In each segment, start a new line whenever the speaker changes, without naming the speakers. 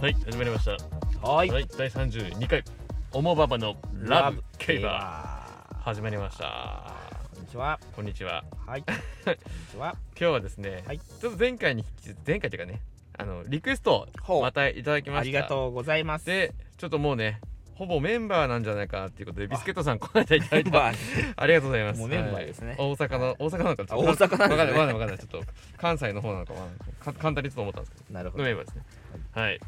はい始まりました
は
はい第32回おもばばのラブケイバ
バ
ー始まりました
ーこんにちは
こんにちは
はいこんにちは
今日はですね、
はい
ちょっと前回に引き続き前回というかねあのリクエスト
ほ
を
う
またいただきました
ありがとうございます
でちょっともうねほぼメンバーなんじゃないかなっていうことでビスケットさんこの間いただ
メ
い
ン
た
バー
ありがとうございます
もうメンバーですね
はい大阪の大阪なのか
あ大阪なんですね
わかんないわかんないわかんないちょっと関西の方なのかわかんないか簡単にちょっと思ったんですけど
なるほ
の
ど
メンバーですね。はい。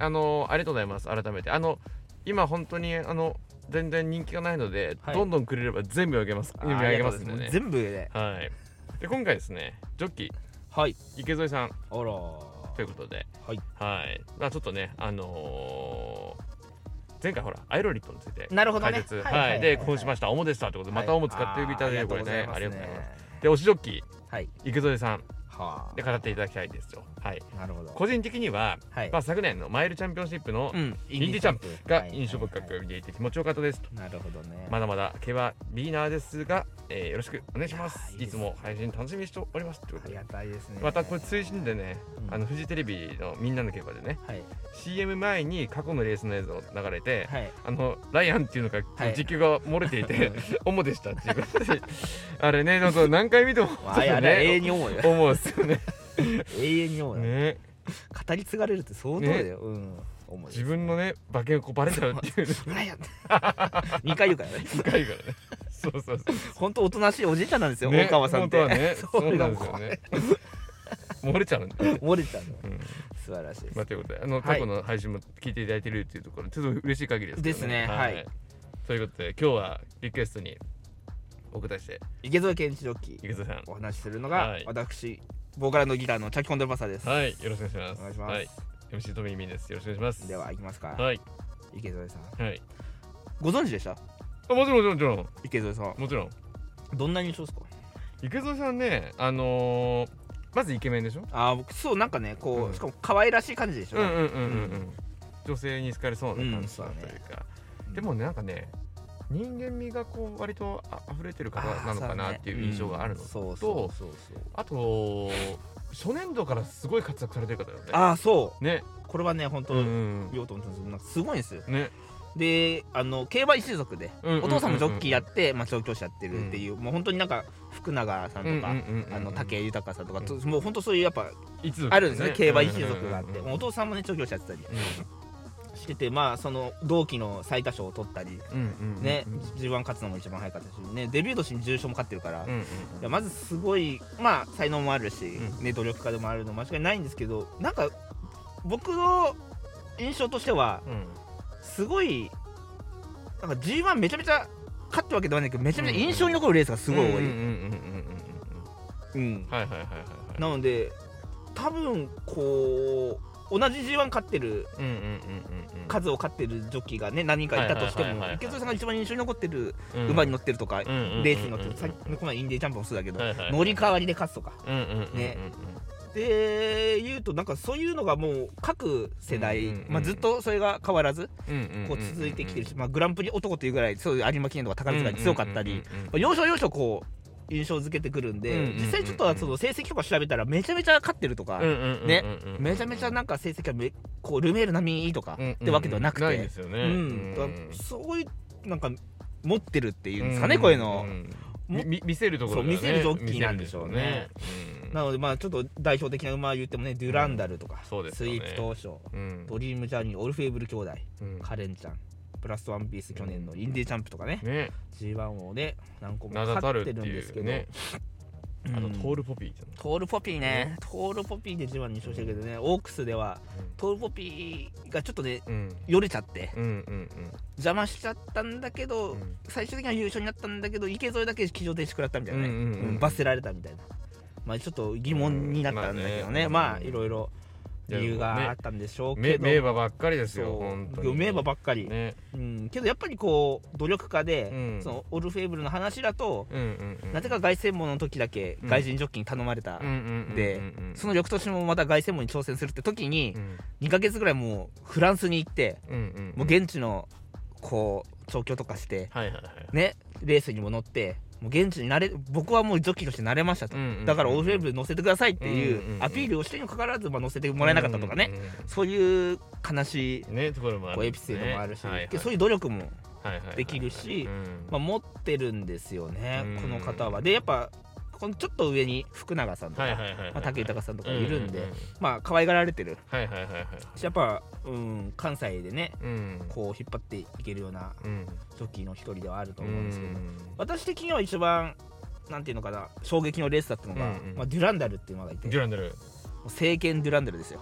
あのありがとうございます。改めてあの今本当にあの全然人気がないので、
はい
どんどんくれれば全部あげます。
あ
読み上げますんで
ありがとうござい全
ね。
部で
はい。で今回ですね、ジョッキ
はい
ー池添さん
あら
ということで、
はい
はい。まあちょっとね、あのー前回ほらアイロリットについて
なるほどね
解説、
はいはいはい
はい、でこうしました、オモでしたということで、またオモ使ってみた
あ
で
り
こ
がと
れ
うござい
ね、
ます
ありがとうございます。
ね
で、推しジョッキ
はい
ー池添さん
は
で語っていただきたいですよ。はい。
あなるほど
個人的には、
はい
まあ、昨年のマイルチャンピオンシップの
うん
インディチャンプが印象深
はいはい
く見ていて気持ちよかったですと。
はいなるほどね
まだまだ毛はビギナーですが、えーよろしくお願いしま
い
す。
やーいい
い
です
つ
ね
も配信楽しみにしておりますってこ
あ
と
り
で
が。たいですね
またこれ追伸でね、
うん
あのフジテレビのみんなの競馬でね、
はい
CM 前に過去のレースの映像流れて、
はい
あのライアンっていうのが
はい
時給が漏れて いて、 主でしたっていうことで、あれね、なんか何回見てもちょっと
あれあれ永遠
ね、
に思うよ
思うんです よね。
永遠に思うよ
ね、
語り継がれるって相当だようん思うよ
自分のね馬券がこうバレちゃうっていうね。
うらやって 二回言うからね
深いからね。そうそうそう。
本当おとなしいおじいちゃんなんですよ、
ね
大川さんっ
本当は
て。
ね
そ
そう
れが
なん
も
ですよ
う
ね。漏れちゃうんだよね。
漏れたの
うん
素晴らしいです
まあ、ということで、あの、
は
過
い
去の配信も聞いていただいてるっていうところ、ちょっと嬉しい限りですけど。
ですねはい
ということで、今日はリクエストにお答えして、
池添健一郎記
池田さん。
お話しするのが、
はい
私ボーカルのギターのチャキコンドルパサーです、
はい、よろしくお願いします。
お願いします、
はい、MC トミーミンです。よろしくお願いします。
では行きますか、
はい。
池添さん
はい。
ご存知でした
あもちろん、もちろん、もち
池添さん
ろん。もちろん。
どんな印象ですか
池田さんね、あのー、まずイケメンでしょ
ああ僕そうなんかねこう、
うん
しかも可愛らしい感じでしょ、
うんうんうんうん
う
うん女性に好かれそうな感じだというか、
うん
でもねなんかね人間味がこう割とあ溢れてる方なのかなっていう印象があるの
あー
と、
そうねうんそうそうそうそう
あと初年度からすごい活躍されてる方だよね
ああそ
ね
うこれはね本当、
うんうん
言おうと思ったんですけどなんかすごいんですよ
うんね
であの競馬一族で、
うんうんうんうん
お父さんもジョッキーやって、まあ、調教師やってるっていう、もう本当になんか福永さんとか、あの武井豊さんとか、ともう本当そういうやっぱ
一族
あるんですね、競馬一族があって、
うんうんうん
もうお父さんもね調教師やってたりしててまあその同期の最多勝を取ったり
うんうんうん
ね、
うん
G1 勝つのも一番早かったし、ね、デビュー年に重賞も勝ってるから、
うんうん
いやまずすごいまあ才能もあるし、
う
ね、努力家でもあるの間違いないんですけどなんか僕の印象としては
うん
すごいなんか G1 めちゃめちゃ勝ったわけではないけどめちゃめちゃ印象に残るレースがすごい多い、
うんうんうん
うん
うんはいはいはいはいはい
なので多分こう同じ G1 勝ってる
うんうんうんうんうん
数を勝ってるジョッキーがね何人かいたとして
はいはいはい
も
はい
池添さんが一番印象に残ってる
うん
馬に乗ってるとか、
うんうんうんうん
レースに乗ってるさっきこの前インディーチャンプもそうだけど、
はいはいはい
乗り換わりで勝つとか
うんうんうんうんうん
ねでいうとなんかそういうのがもう各世代、
うんうんうん
まあ、ずっとそれが変わらず
うんうんうん
こう続いてきてるし、まあ、グランプリ男というぐらいそういう有馬記念とか宝塚に強かったり、
うんうんうんうんうん
まあ要所要所こう印象付けてくるんで、
うんうんうんうん
実際ちょっとその成績とか調べたらめちゃめちゃ勝ってるとか、ねめちゃめちゃなんんか成績がめこうルメール並みいいとかってわけではなくて、
ないですよね。
うん、だからそういうなんか持ってるっていうんですかね、こういうの、
み
も
み見せるところがね
そう見せるジョッキーなんでしょうね
見せるんですよね。
なのでまあちょっと代表的な馬言ってもねデュランダルとか、
そうです
ス
よ
イ
ね
ープ投手
うん
ドリームジャーニーオルフェーブル兄弟
うん
カレンちゃんプラスワンピース去年のインディーチャンプとかね、
ね
G1 をね何個も
名だた
勝
る
っ
ってて
るんで
い
すけ
う
ど、
ね。
うん
あとトールポピーじゃない
トールポピーねトールポピーで G1 に勝してるけどね、オークスではトールポピーがちょっとね
うん
よれちゃって
うんうん
邪魔しちゃったんだけど、
うん
最終的には優勝になったんだけど池添だけ騎乗停止食らったみたいなね、
うんうんうん
うん罰せられたみたいなまあちょっと疑問になったんだけどね,、
うん
ま
まあね
あいろいろ理由があったんでしょう
うん。め
けど、
名馬ばっかりです
そ
よ本当
う
に。
名馬ばっかり、
ね。
うん、けどやっぱりこう努力家で、
うん
そのオルフェーブルの話だと、
うんうんうん。
なぜか凱旋門の時だけ
うん
外人ジョッキーに頼まれた、
うんうんうんうんうん
でその翌年もまた凱旋門に挑戦するって時に
う、ん
2ヶ月ぐらいもうフランスに行って、
うんうん
もう現地のこう調教とかして
はいはいはい。
ねレースにも乗ってもう現地に慣れ僕はもうジョッキーとして慣れましたと、
うんうんうん
だからオルフェーブル乗せてくださいってい
うんうんう
うんアピールをしてにもかかわらず、まあ、乗せてもらえなかったとかね、
うんうんうん。
そういう悲しい
ねところもある
こうエピソードもあるし、
ねはいはい
でそういう努力も、
はいはいはい
できるし
うん
まあ、持ってるんですよね、
うん
この方は。でやっぱこのちょっと上に福永さんとか、
はいはいはいはい
まあ、武豊さんとかいるんで、
ううう
まあ可愛がられてる
はいはいはいはい
しやっぱ、うん、関西でね
うん
こう引っ張っていけるような
うん
ジョッキーの一人ではあると
う
思うんですけど、
ん
私的には一番なんていうのかな衝撃のレースだったのが、
うんうん
まあ、デュランダルっていうのがいて
デュランダル
聖剣デュランダルですよ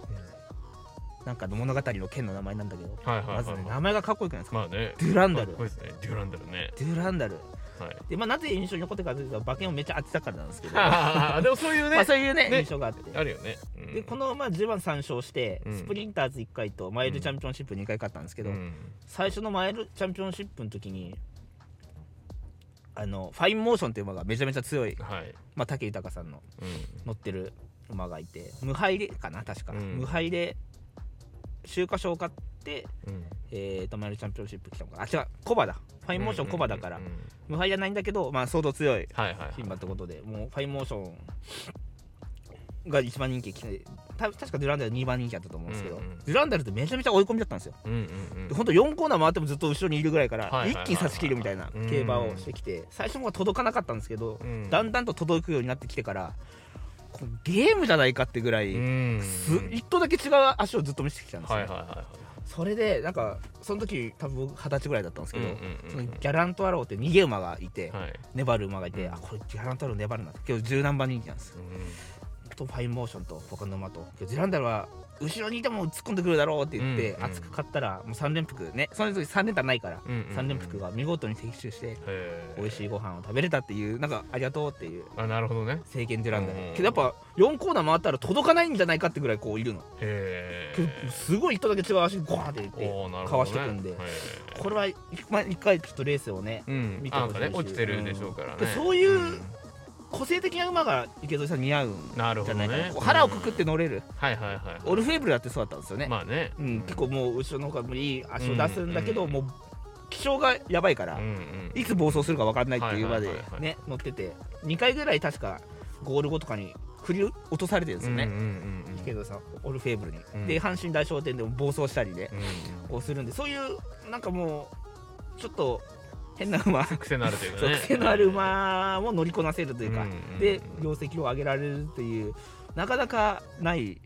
なんか物語の剣の名前なんだけど、
はいはいはい
まずね名前がかっこよくないですか、
まあね
デュランダル
かっこいいですねデュランダルね
デュランダル
はい
で、まあ、なぜ印象に残ってるかというと馬券をめっちゃ当てたからなんです けど、ま
あーでもそういうね
あ、そういうね
ね
印象があって
あるよねうん
でこのまあ10番3勝して、
うん
スプリンターズ1回とマイルチャンピオンシップ2回勝ったんですけど、
うん
最初のマイルチャンピオンシップの時にあのファインモーションっていう馬がめちゃめちゃ強い、
はい
まあ、武豊さんの
うん
乗ってる馬がいて無敗でかな確か、
うん
無敗で秋華賞を買って、
うん
えー、とマイルチャンピオンシップ来たのかあ違うコバだファインモーションコバだから、
うんうんうん
無敗じゃないんだけどまあ相当強い
はいはいはい
牝馬ってことでもうファインモーションが一番人気来てた確かデュランダル2番人気だったと思うんですけど、
うんうん
デュランダルってめちゃめちゃ追い込みだったんですよ
うんうんうん
でほんと4コーナー回ってもずっと後ろにいるぐらいか
はいは
ら
いはい
一
はい
気に差し切るみたいな
うん
競馬をしてきて最初の方は届かなかったんですけど
うん
だんだんと届くようになってきてからこうゲームじゃないかってぐらい
うん
す一頭だけ違う足をずっと見せてきたんですよ、
はいはいは
それでなんかその時多分僕二十歳ぐらいだったんです
い
け
はい
ど、
うん
そ
うんう
の
ん
ギャラントアローって逃げ馬がいて、
はい
粘る馬がいて、
うん
あこれギャラントアロー粘るなって今日十何番人気なんですよ
うん
とファインモーションと他の馬と今日ギャランダルは後ろにいても突っ込んでくるだろうって言って、
うんうん
熱く買ったらもう3連服ねその時3連単ないから、
うんうんうん
3連服が見事に的中して
へー
美味しいご飯を食べれたっていうなんかありがとうっていう
あなるほどね
政権デュランダル、
うん
けどやっぱ4コーナー回ったら届かないんじゃないかってぐらいこういるの、
へ
けど
え
すごい一頭だけ違う足ゴーンっていって
おーなるほどね
かわしてくんで
へー
これは一まあ一回ちょっとレースをね
うん
見て
あな
ほ
ん
しい
か
し
ね落ちてるでしょうから
で
ね
そういうん個性的な馬が池添さん似合うん
なる
じ
ほ
ゃ
ど
ないかな、
ね
こう腹をくくって乗れる、
はいはいはいはい
オルフェーブルだってそうだったんですよね、
まあね
うん、結構もう後ろの方がもういい足を出すんだけど、
うん
もう気象がやばいから、
うんうん
いつ暴走するか分かんないっていう場で
はいはいはいは
ね乗ってて2回ぐらい確かゴール後とかに振り落とされてるんですよ
うん
ね、
うんうんうん
けどさオルフェーブルに、
うん
で阪神大賞典でも暴走したりで、
うん
こうするんでそういうなんかもうちょっと変な馬
癖のあるというか
そう
ね
癖のある馬を乗りこなせるというか、
うんうんうん
で業績を上げられるっていうなかなかない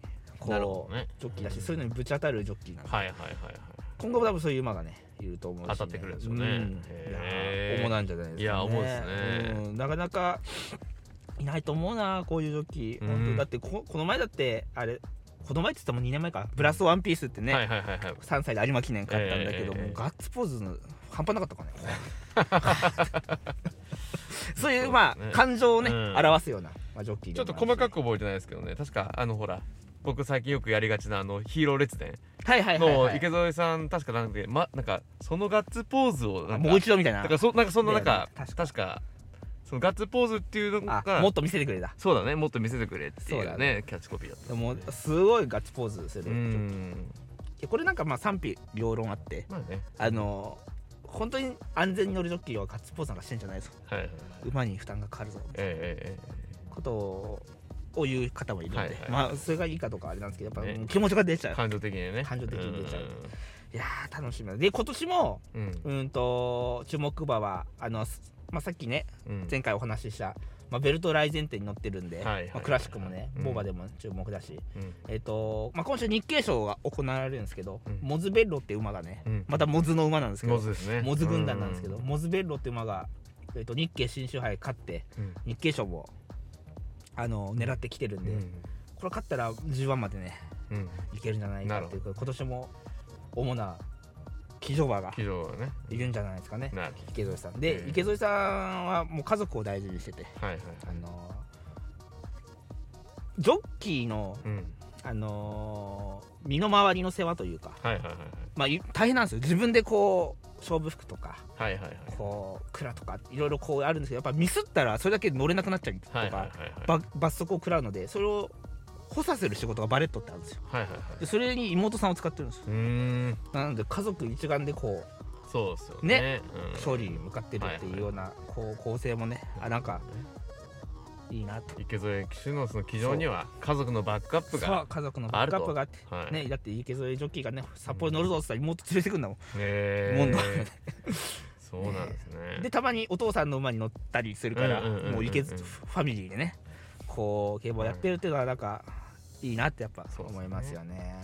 なる
こ
ほ
う
どね
ジョッキーだしそういうのにぶち当たるジョッキーなんで
はいはいはいはい
今後も多分そういう馬がねいると思うし、
当たってくるんでしょうね
いや
へー
主なんじゃないですか、ね、
いや思うですね
うんなかなかいないと思うなこういうジョッキー、本
うん
当だってここの前だってあれこの前って言っても2年前かブラスワンピースってね、
はいはいはいはい
3歳で有馬記念買ったんだけど、
ええ
もうガッツポーズの半端なかったかね そういうまあ
そうですね
感情をね、
うん
表すような、まあ、ジョッキー
ちょっと細か
く
く覚えてないですけどね確かあのほら僕最近よくやりがちなあのヒーロー列伝
はいはいはい、
の
はい、
池添さん確かなんでまなんかそのガッツポーズをなんか
もう一度みたいな
だからそなんかそんな
だよ
中
ね
確かそのガッツポーズっていうの
あ
が
もっと見せてくれた
そうだねもっと見せてくれってい
そう
う
だ
ね
ね
キャッチコピーだった
でもすごいガッツポーズする
う
ジョッキー
ん
いやこれなんかまあ賛否両論あって
まあね
あの本当に安全に乗るジョッキーはガッツポーズなんかしてんじゃないぞ
はいはいはい
馬に負担がかかるぞみたい
えええ
なことをを言う方もいるんで、
はいはいはい
まあそれがいいかどうかはあれなんですけどやっぱ
ね
もう気持ちが出ち
え
ゃう、
感情的にね
感情的に出ちゃういやー楽しみだで今年も
うんうん
うんと注目馬はあの、すまあ、さっきね
うん
前回お話しした、まあ、ベルトライゼンテに乗ってるんで、
はいはいはい
まあ、クラシックもね
うん
ボーバでも注目だし、
うん
えっとまあ、今週日経賞が行われるんですけど、
うん
モズベッロって馬がね、
うん
またモズの馬なんですけど
モズですね
モズ軍団なんですけど、
うん
モズベッロって馬が、えっと日経新州杯勝って
うん
日経賞もあの狙ってきてるんで、これ勝ったら G1 までね
うん
いけるんじゃないかっていう
な
今年も主な騎乗馬が
企業はね
いるんじゃないですかね
なるほ
池添さん
え
で
え
池添さんはもう家族を大事にしてて
どはいはい
あのージョッキーの、
うん
あのー身の回りの世話というか、
はいはいはい
まあ、い大変なんですよ自分でこう勝負服とか
はいはいはい
こう蔵とかいろいろこうあるんですけどやっぱミスったらそれだけ乗れなくなっちゃうとか、
はいはいはいはいはい
ば罰則を食らうのでそれを補佐する仕事がバレットってあるんですよ
はいはいはい
でそれに妹さんを使ってるんですよ
うーん
なので家族一丸でこう
そうですよねうん
勝利に向かってるっていうようなこう構成もねあなんかいいなって
池添騎手のその騎乗には家族のバックアップ
そ
が
う家族のバックアップがあって
はい
ねだって池添ジョッキーがね札幌乗るぞって言ったら妹連れてくんだもん、
え
モンド
そうなんですね
でたまにお父さんの馬に乗ったりするから、
うんうんうんうんうん
もう池津ファミリーでねこう競馬をやってるっていうのはなんか、いいなってやっぱ
そうですね
思いますよね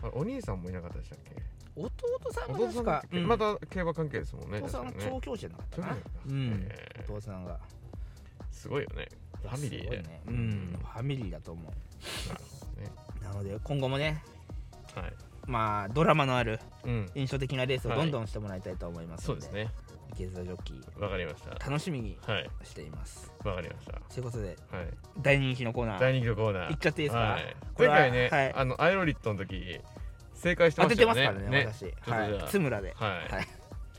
あお兄さんもいなかったでしたっけ
弟さん
お
も
父
確
さんだっ
か
たっ、け
うん
また競馬関係ですもんね
お父さんは
確かに
調
ね
教師じゃなかったかな、
そう
う
なんだ
ん
へ
お
ー
父さんが
すごいよねファミリー
すごい
で
ねうんファミリーだと思
なるほどね
うなので今後もね
はい
まあドラマのある
うん
印象的なレースを
はい
どんどんしてもらいたいと思います
そ
の
う
で,、
ですね
池津ジョッキー
わかりました
楽しみに
はい
しています
わかりました
ということで
はい
大人気のコーナー
大人気のコーナー
いっちゃっていいですか
はい
こ
前
れは
回ね、
はい
あのアイロリットの時正解して
当て
ましてた
ま
よ
す
ね
からね
ね
私
とじゃあ
はい津村で、
はい
はい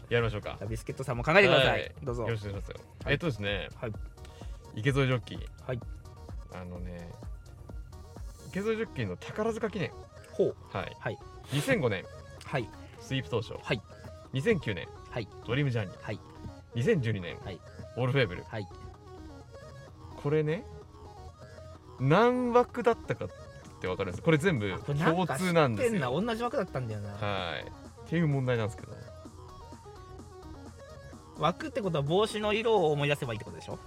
やりましょうか
ビスケットさんも考えてください、
はい
どうぞ
よろしくお願いしますよ、
はい
えっとですね、
はい
池添ジョッキー
はい
あのね池添ジョッキーの宝塚記念
ほう
はい、
はい
2005年
はい
スイープ当初
はい
2009年
はい
ドリームジャーニ
はい
ー2012年、
はい
オールフェーブル
はい
これね何枠だったかってわかるんですこれ全部
あこれなん
共
か
通なんです
変な
よ
同じ枠だったんだよな、
はいっていう問題なんですけど
枠ってことは帽子の色を思い出せばいいってことでしょ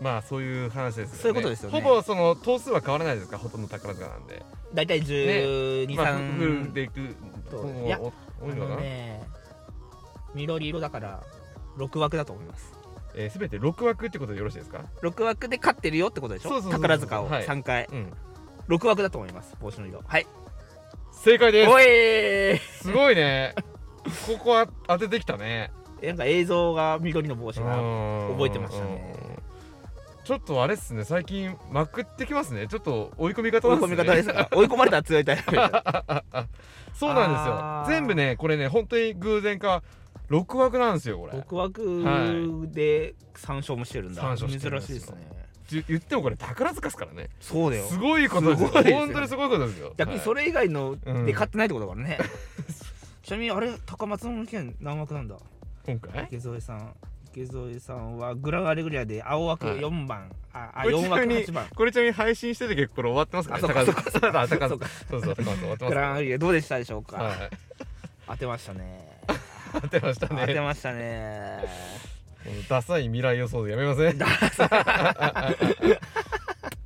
まあそういう話です
そうい
よね
うことですよね
ほぼその頭数は変わらないですかほとんど宝塚なんで
大体1 2
まあフルフル
3
でいく
そう
ほぼ
いや
お
あ
多いのか
の
な、
ね緑色だから6枠だと思います
えー、全て6枠ってことでよろしいですか
6枠で勝ってるよってことでしょ
そうそうそうそう
宝塚を
はい
3回、
うん
6枠だと思います帽子の色はい
正解です
おいー
すごいねここは当ててきたね
なんか映像が緑の帽子が覚
覚
えてましたね
ちょっとあれっすね最近まくってきますねちょっと追い込み方
追
な
込
いんです
み
ね
方ですか追い込まれたら強いタイプ
そうなんです
あー
よ全部ねこれね本当に偶然か6枠なんですよこれ
6枠で3勝もしてるんだ、
三勝してるん
珍
で
し
す
い
よ
ですね
じゅ言ってもこれ宝塚っすからね
そうだよ
すごいことですよ
すごいですよね
本当にすごいことですよ
逆にそ
れ、
れ以外の
うん
で勝ってないってことだから ね、ちなみにあれ高松の県何枠なんだ
はい今回
池添さん池添さんはグランアレグリアで青枠
はい
4番、ああ
これち
4
な
枠
みに
8番
これちなみに配信してて結構これ終わってますからね
あそっか
高塚さん高塚
そ
さん
うか
そうそう高塚さん終わってま
グ
す
ランアレグリアどうでしたでしょうか、
はい
当てましたね
当てました
当て
ね
ましたね
このダサい未来予想でやめません と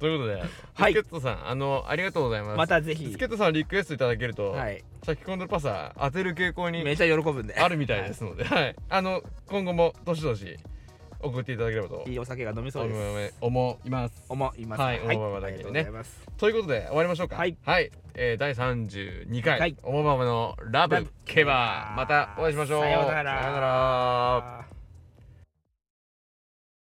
いうことで、
はい
ビスケットさんあのありがとうございます
またぜ
ビ
ひ
スケットさんリクエストいただけると、
はい
先ほどのパスは当てる傾向
め
に
ちゃ喜ぶんで
あるみたいですので、はい、あの今後もどしどし送っていただければと
いいお酒が飲めそうです
思い思います。
思います
はい思うまま
あ
だ
り
け
がとうご
どね
ざいます
ということで終わりましょうか。
はい、
えー第32回、
はい
おもままのラ
ラ
ブ
ブ
ケバーまたお会いしましょう。
さようなら
さようなら
あー